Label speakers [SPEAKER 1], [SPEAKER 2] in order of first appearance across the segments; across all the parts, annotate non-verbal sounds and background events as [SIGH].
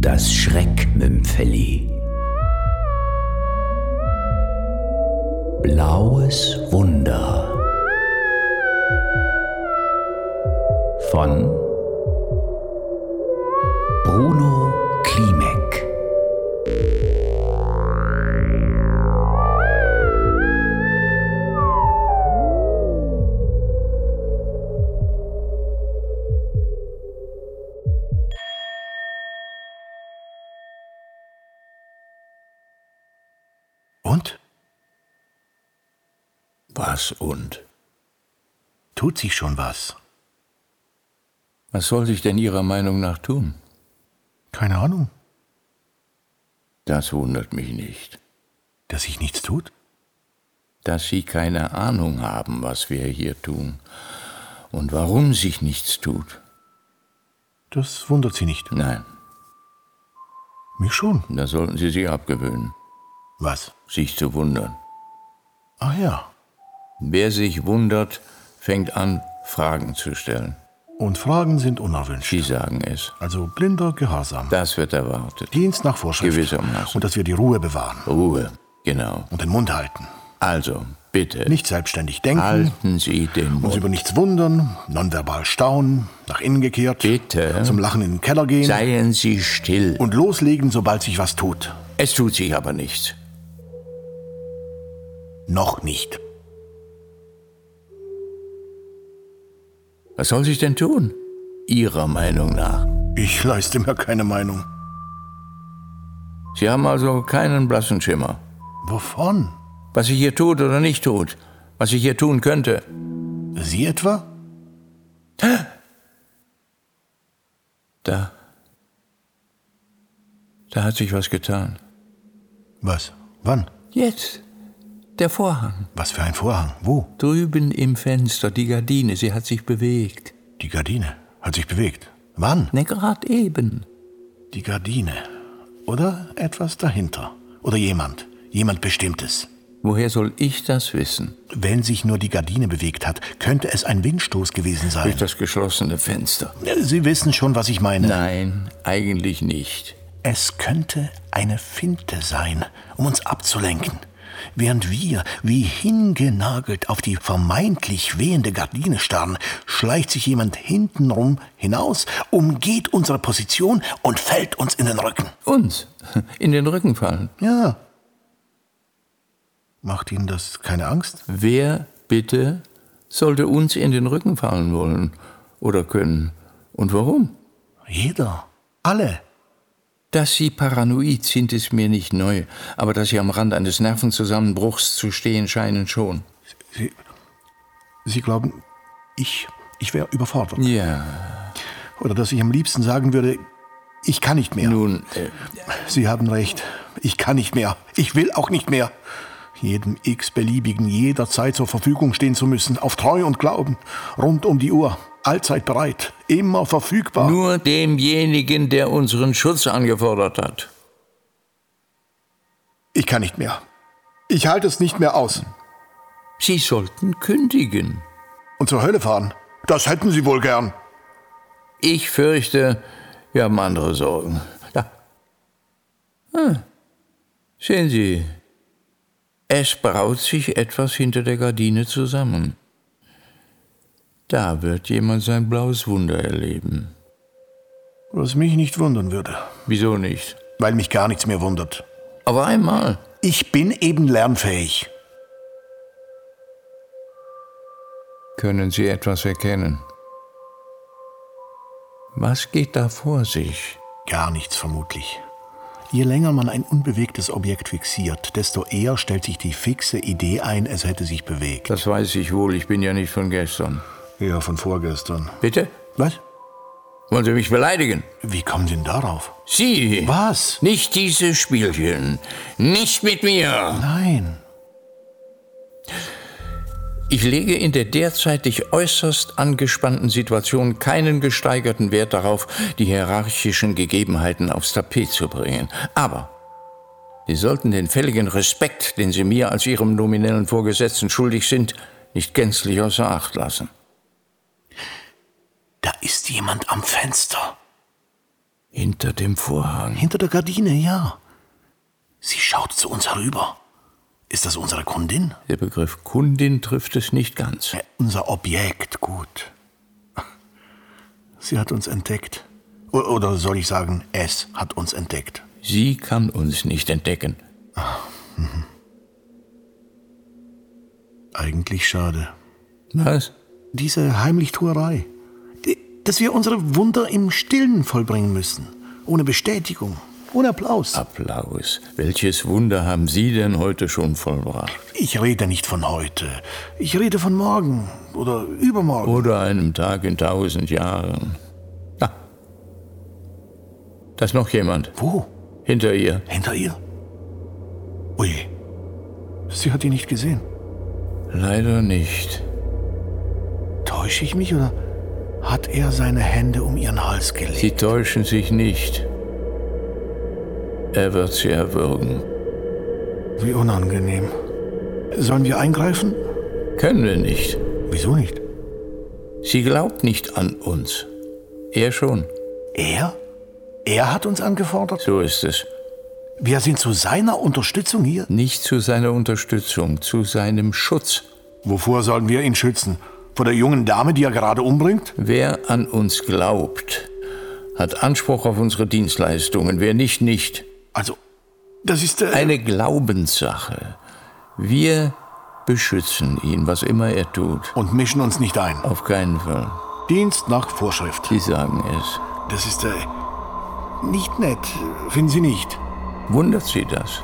[SPEAKER 1] das Schreckmümpfeli. Blaues Wunder von Bruno Klimek.
[SPEAKER 2] Und?
[SPEAKER 3] Was und?
[SPEAKER 2] Tut sich schon was?
[SPEAKER 3] Was soll sich denn Ihrer Meinung nach tun?
[SPEAKER 2] Keine Ahnung,
[SPEAKER 3] Das wundert mich nicht.
[SPEAKER 2] dass sich nichts tut?
[SPEAKER 3] Dass Sie keine Ahnung haben, was wir hier tun und warum sich nichts tut.
[SPEAKER 2] Das wundert sie nicht.
[SPEAKER 3] Nein,
[SPEAKER 2] Mich schon.
[SPEAKER 3] da sollten Sie sich abgewöhnen,
[SPEAKER 2] Was?
[SPEAKER 3] sich zu wundern.
[SPEAKER 2] Ach Ah ja.
[SPEAKER 3] Wer sich wundert, fängt an, Fragen zu stellen.
[SPEAKER 2] Und Fragen sind unerwünscht.
[SPEAKER 3] Sie sagen es.
[SPEAKER 2] Also blinder Gehorsam.
[SPEAKER 3] Das wird erwartet.
[SPEAKER 2] Dienst nach Vorschrift.
[SPEAKER 3] Gewissermaßen.
[SPEAKER 2] Und dass wir die Ruhe bewahren
[SPEAKER 3] Ruhe. Genau.
[SPEAKER 2] und den Mund halten.
[SPEAKER 3] Also, bitte,
[SPEAKER 2] Nicht selbstständig denken,
[SPEAKER 3] halten Sie den
[SPEAKER 2] uns
[SPEAKER 3] Mund.
[SPEAKER 2] über nichts wundern, nonverbal staunen, nach innen gekehrt,
[SPEAKER 3] Bitte,
[SPEAKER 2] zum Lachen in den Keller gehen
[SPEAKER 3] seien Sie still.
[SPEAKER 2] und loslegen, sobald sich was tut.
[SPEAKER 3] Es tut sich aber nichts.
[SPEAKER 2] Noch nicht.
[SPEAKER 3] Was soll sich denn tun? Ihrer Meinung nach.
[SPEAKER 2] Ich leiste mir keine Meinung.
[SPEAKER 3] Sie haben also keinen blassen Schimmer.
[SPEAKER 2] Wovon?
[SPEAKER 3] Was sich hier tut oder nicht tut. Was ich hier tun könnte.
[SPEAKER 2] Sie etwa?
[SPEAKER 3] Da. Da hat sich was getan.
[SPEAKER 2] Was? Wann?
[SPEAKER 3] Jetzt. Der Vorhang.
[SPEAKER 2] Was für ein Vorhang? Wo?
[SPEAKER 3] Drüben im Fenster, die Gardine, sie hat sich bewegt.
[SPEAKER 2] Die Gardine. Hat sich bewegt. Wann?
[SPEAKER 3] Ne, gerade eben.
[SPEAKER 2] Die Gardine. Oder etwas dahinter. Oder jemand. Jemand Bestimmtes.
[SPEAKER 3] Woher soll ich das wissen?
[SPEAKER 2] Wenn sich nur die Gardine bewegt hat, könnte es ein Windstoß gewesen
[SPEAKER 3] Durch
[SPEAKER 2] sein.
[SPEAKER 3] das geschlossene Fenster.
[SPEAKER 2] Sie wissen schon, was ich meine.
[SPEAKER 3] Nein, eigentlich nicht.
[SPEAKER 2] Es könnte eine Finte sein, um uns abzulenken. Während wir wie hingenagelt auf die vermeintlich wehende Gardine starren, schleicht sich jemand hintenrum hinaus, umgeht unsere Position und fällt uns in den Rücken.
[SPEAKER 3] Uns. [LAUGHS] In den Rücken fallen.
[SPEAKER 2] Ja. Macht Ihnen das keine Angst?
[SPEAKER 3] Wer bitte sollte uns in den Rücken fallen wollen oder können? Und warum?
[SPEAKER 2] Jeder. Alle.
[SPEAKER 3] Dass Sie paranoid sind, ist mir nicht neu, aber dass Sie am Rand eines Nervenzusammenbruchs zu stehen scheinen schon.
[SPEAKER 2] Sie, Sie glauben, ich, ich wäre überfordert.
[SPEAKER 3] Ja,
[SPEAKER 2] Oder dass ich am liebsten sagen würde, ich kann nicht mehr.
[SPEAKER 3] nun, äh,
[SPEAKER 2] Sie haben recht. Ich kann nicht mehr. Ich will auch nicht mehr. Jedem x-beliebigen jederzeit zur Verfügung stehen zu müssen, auf Treu und Glauben, rund um die Uhr, allzeit bereit, immer verfügbar.
[SPEAKER 3] nur demjenigen, der unseren Schutz angefordert hat.
[SPEAKER 2] Ich kann nicht mehr. Ich halte es nicht mehr aus.
[SPEAKER 3] Sie sollten kündigen.
[SPEAKER 2] Und zur Hölle fahren. Das hätten Sie wohl gern.
[SPEAKER 3] Ich fürchte, wir haben andere Sorgen. Da. Hm. Sehen Sie, es braut sich etwas hinter der Gardine zusammen. Da wird jemand sein blaues Wunder erleben.
[SPEAKER 2] Was mich nicht wundern würde,
[SPEAKER 3] Wieso nicht?
[SPEAKER 2] weil mich gar nichts mehr wundert.
[SPEAKER 3] Aber einmal.
[SPEAKER 2] Ich bin eben lernfähig.
[SPEAKER 3] Können Sie etwas erkennen? Was geht da vor sich?
[SPEAKER 2] Gar nichts vermutlich. Je länger man ein unbewegtes Objekt fixiert, desto eher stellt sich die fixe Idee ein, es hätte sich bewegt.
[SPEAKER 3] Das weiß ich wohl, ich bin ja nicht von gestern.
[SPEAKER 2] Ja, von vorgestern.
[SPEAKER 3] Bitte?
[SPEAKER 2] Was?
[SPEAKER 3] Wollen Sie mich beleidigen?
[SPEAKER 2] Wie kommen Sie denn darauf?
[SPEAKER 3] Sie!
[SPEAKER 2] Was?
[SPEAKER 3] Nicht diese Spielchen. Nicht mit mir.
[SPEAKER 2] Nein.
[SPEAKER 3] Ich lege in der derzeitig äußerst angespannten Situation keinen gesteigerten Wert darauf, die hierarchischen Gegebenheiten aufs Tapet zu bringen. Aber Sie sollten den fälligen Respekt, den Sie mir als Ihrem nominellen Vorgesetzten schuldig sind, nicht gänzlich außer Acht lassen.
[SPEAKER 2] Da ist jemand am Fenster.
[SPEAKER 3] Hinter dem Vorhang.
[SPEAKER 2] Hinter der Gardine, ja. Sie schaut zu uns herüber. Ist das unsere Kundin?
[SPEAKER 3] Der Begriff Kundin trifft es nicht ganz.
[SPEAKER 2] Äh, Unser Objekt, gut. Sie hat uns entdeckt. O- Oder soll ich sagen, es hat uns entdeckt.
[SPEAKER 3] Sie kann uns nicht entdecken.
[SPEAKER 2] Eigentlich schade.
[SPEAKER 3] Was?
[SPEAKER 2] Diese Heimlichtuerei. Die- Dass wir unsere Wunder im Stillen vollbringen müssen. Ohne Bestätigung, ohne Applaus.
[SPEAKER 3] Applaus. Welches Wunder haben Sie denn heute schon vollbracht?
[SPEAKER 2] Ich rede nicht von heute. Ich rede von morgen oder übermorgen.
[SPEAKER 3] Oder einem Tag in tausend Jahren? Ah. Da ist noch jemand.
[SPEAKER 2] Wo?
[SPEAKER 3] Hinter ihr.
[SPEAKER 2] Hinter ihr? Ui. Sie hat ihn nicht gesehen.
[SPEAKER 3] Leider nicht.
[SPEAKER 2] Täusche ich mich oder hat er seine Hände um ihren Hals gelegt?
[SPEAKER 3] Sie täuschen sich nicht. Er wird sie erwürgen.
[SPEAKER 2] Wie unangenehm. Sollen wir eingreifen?
[SPEAKER 3] Können wir nicht.
[SPEAKER 2] Wieso nicht?
[SPEAKER 3] Sie glaubt nicht an uns. Er schon.
[SPEAKER 2] Er? Er hat uns angefordert.
[SPEAKER 3] So ist es.
[SPEAKER 2] Wir sind zu seiner Unterstützung hier.
[SPEAKER 3] Nicht zu seiner Unterstützung, zu seinem Schutz.
[SPEAKER 2] Wovor sollen wir ihn schützen? Vor der jungen Dame, die er gerade umbringt?
[SPEAKER 3] Wer an uns glaubt, hat Anspruch auf unsere Dienstleistungen, wer nicht, nicht.
[SPEAKER 2] Also, das ist. Äh,
[SPEAKER 3] Eine Glaubenssache. Wir beschützen ihn, was immer er tut.
[SPEAKER 2] und mischen uns nicht ein.
[SPEAKER 3] Auf keinen Fall.
[SPEAKER 2] Dienst nach Vorschrift.
[SPEAKER 3] Sie sagen es.
[SPEAKER 2] Das ist äh, nicht nett, finden Sie nicht?
[SPEAKER 3] Wundert Sie das?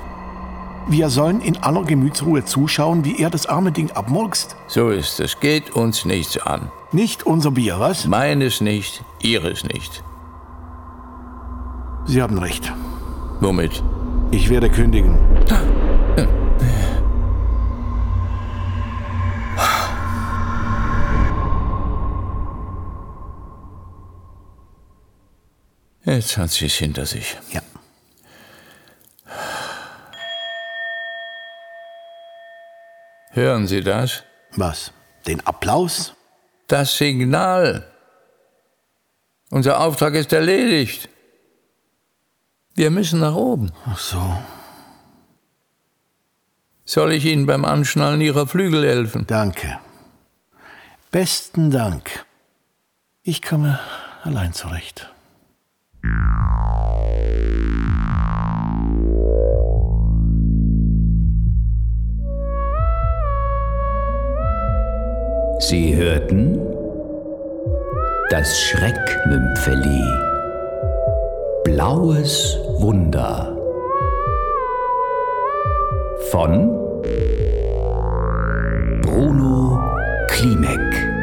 [SPEAKER 2] Wir sollen in aller Gemütsruhe zuschauen, wie er das arme Ding abmurkst.
[SPEAKER 3] So ist es. Geht uns nichts an.
[SPEAKER 2] Nicht unser Bier, was?
[SPEAKER 3] Meines nicht, Ihres nicht.
[SPEAKER 2] Sie haben recht.
[SPEAKER 3] Womit?
[SPEAKER 2] Ich werde kündigen.
[SPEAKER 3] Jetzt hat sie es hinter sich.
[SPEAKER 2] Ja.
[SPEAKER 3] Hören Sie das?
[SPEAKER 2] Was? Den Applaus?
[SPEAKER 3] Das Signal. Unser Auftrag ist erledigt. Wir müssen nach oben.
[SPEAKER 2] Ach so.
[SPEAKER 3] Soll ich Ihnen beim Anschnallen Ihrer Flügel helfen?
[SPEAKER 2] Danke. Besten Dank. Ich komme allein zurecht.
[SPEAKER 1] Sie hörten das Schreckmümpfeli. Blaues Wunder. Von Bruno Klimek.